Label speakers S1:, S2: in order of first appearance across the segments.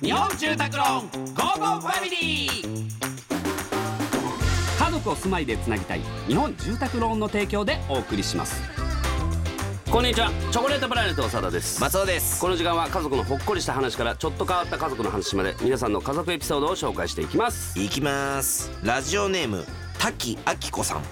S1: 日本住宅ローンゴーゴーファミリー家族を住まいでつなぎたい日本住宅ローンの提供でお送りしますこんにちはチョコレートプラネット長田です
S2: 松尾です
S1: この時間は家族のほっこりした話からちょっと変わった家族の話まで皆さんの家族エピソードを紹介していきます
S2: いきますラジオネーム滝明子さん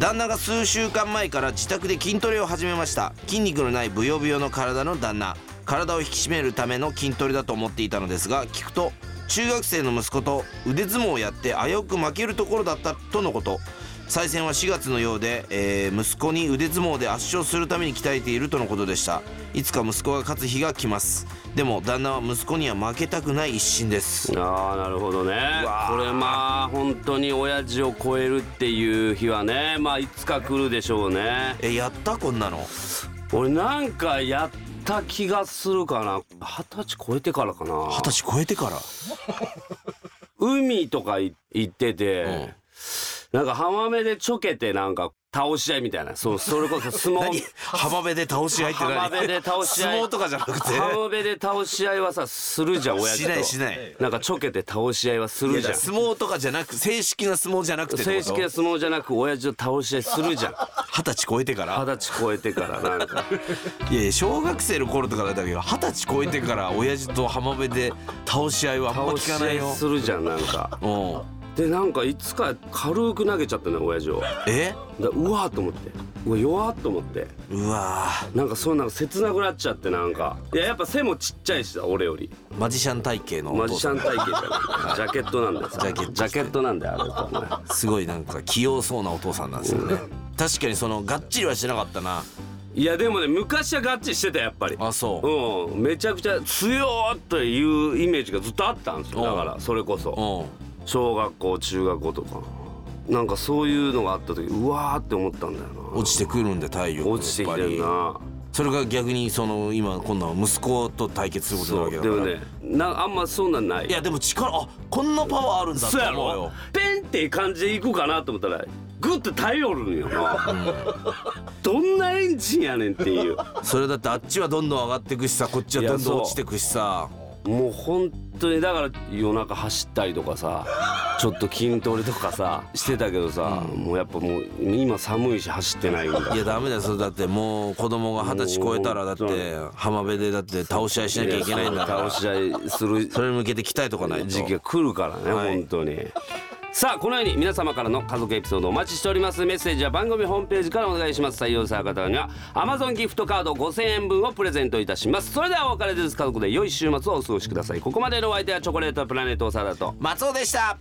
S2: 旦那が数週間前から自宅で筋トレを始めました筋肉のないブヨブヨの体の旦那体を引き締めるための筋トレだと思っていたのですが聞くと中学生の息子と腕相撲をやって危うく負けるところだったとのこと再戦は4月のようで、えー息子に腕相撲で圧勝するために鍛えているとのことでしたいつか息子が勝つ日が来ますでも旦那は息子には負けたくない一心です
S1: ああなるほどね
S2: うわー
S1: これまあ本当に親父を超えるっていう日はねまあいつか来るでしょうね
S2: えやったこんなの
S1: 俺なんかやった気がするかな二十歳超えてからかな
S2: 二十歳超えてから
S1: 海とかい行ってて、
S2: うん
S1: なんか浜辺でちょけてなんか倒し合いみたいなそうそれこそ相撲
S2: 何浜辺で倒し合いって何
S1: 浜辺で倒し合い
S2: 相撲とかじゃなくて
S1: 浜辺で倒し合いはさするじゃん親父
S2: し
S1: と
S2: ないしない
S1: なんかちょけて倒し合いはす
S2: い
S1: る
S2: や
S1: じゃん
S2: 相撲とかじゃなく正式な相撲じゃなくてって
S1: 正
S2: こと
S1: 式な相撲じゃなく親父を倒し合いするじゃん
S2: 二十歳超えてから
S1: 二十歳超えてからなんか
S2: いやいや小学生の頃とかだったけど二十歳超えてから親父と浜辺で倒し合いはあんま
S1: 倒
S2: 聞
S1: し
S2: か
S1: 合
S2: ない
S1: い
S2: よ
S1: するじゃんなんか
S2: うん
S1: でなんかいつか軽く投げちゃったね親父をだ
S2: え
S1: うわーと思ってうわ弱っと思って
S2: うわ
S1: なんかそうなんか切なくなっちゃってなんかいややっぱ背もちっちゃいしさ俺より
S2: ーマジシャン体型のお
S1: マジ
S2: 父
S1: シ
S2: さ
S1: ャ
S2: ん
S1: ン体型じゃないジャケットなんだよさ
S2: ジャケット
S1: ジャケットなんだよあれとお前
S2: すごいなんか器用そうなお父さんなんですよね確かにそのがっちりはしてなかったない
S1: やでもね昔はガッチリしてたやっぱり
S2: あそう
S1: うんめちゃくちゃ強ーっていうイメージがずっとあったんですよだからそれこそ
S2: うん
S1: 小学校中学校とかなんかそういうのがあった時うわーって思ったんだよな
S2: 落ちてくるんで体力
S1: 落ちてきて
S2: やっぱ
S1: る
S2: り
S1: な
S2: それが逆にその今今度は息子と対決することな
S1: そ
S2: わ
S1: う
S2: け
S1: で
S2: だから
S1: もねなあんまそんなんない
S2: いやでも力あこんなパワーあるんだと
S1: そうや
S2: 思う
S1: ろ
S2: よ
S1: ペンって感じでいくかなと思ったらグッと耐えよるんよなどんなエンジンやねんっていう
S2: それだってあっちはどんどん上がってくしさこっちはどんどん落ちてくしさ
S1: もう本当にだから夜中走ったりとかさちょっと筋トレとかさしてたけどさ、もうやっぱもう今寒いし走ってないんだ
S2: い やダメだよそれだってもう子供が二十歳超えたらだって浜辺でだって倒し合いしなきゃいけないんだか
S1: 倒
S2: ら
S1: し合いする
S2: それに向けて鍛えとかないと
S1: 時期が来るからね、
S2: はい
S1: 本当にさあこのように皆様からの家族エピソードお待ちしておりますメッセージは番組ホームページからお願いします採用された方には Amazon ギフトカード5000円分をプレゼントいたしますそれではお別れです家族で良い週末をお過ごしくださいここまでのお相手はチョコレートプラネット長田と
S2: 松尾でした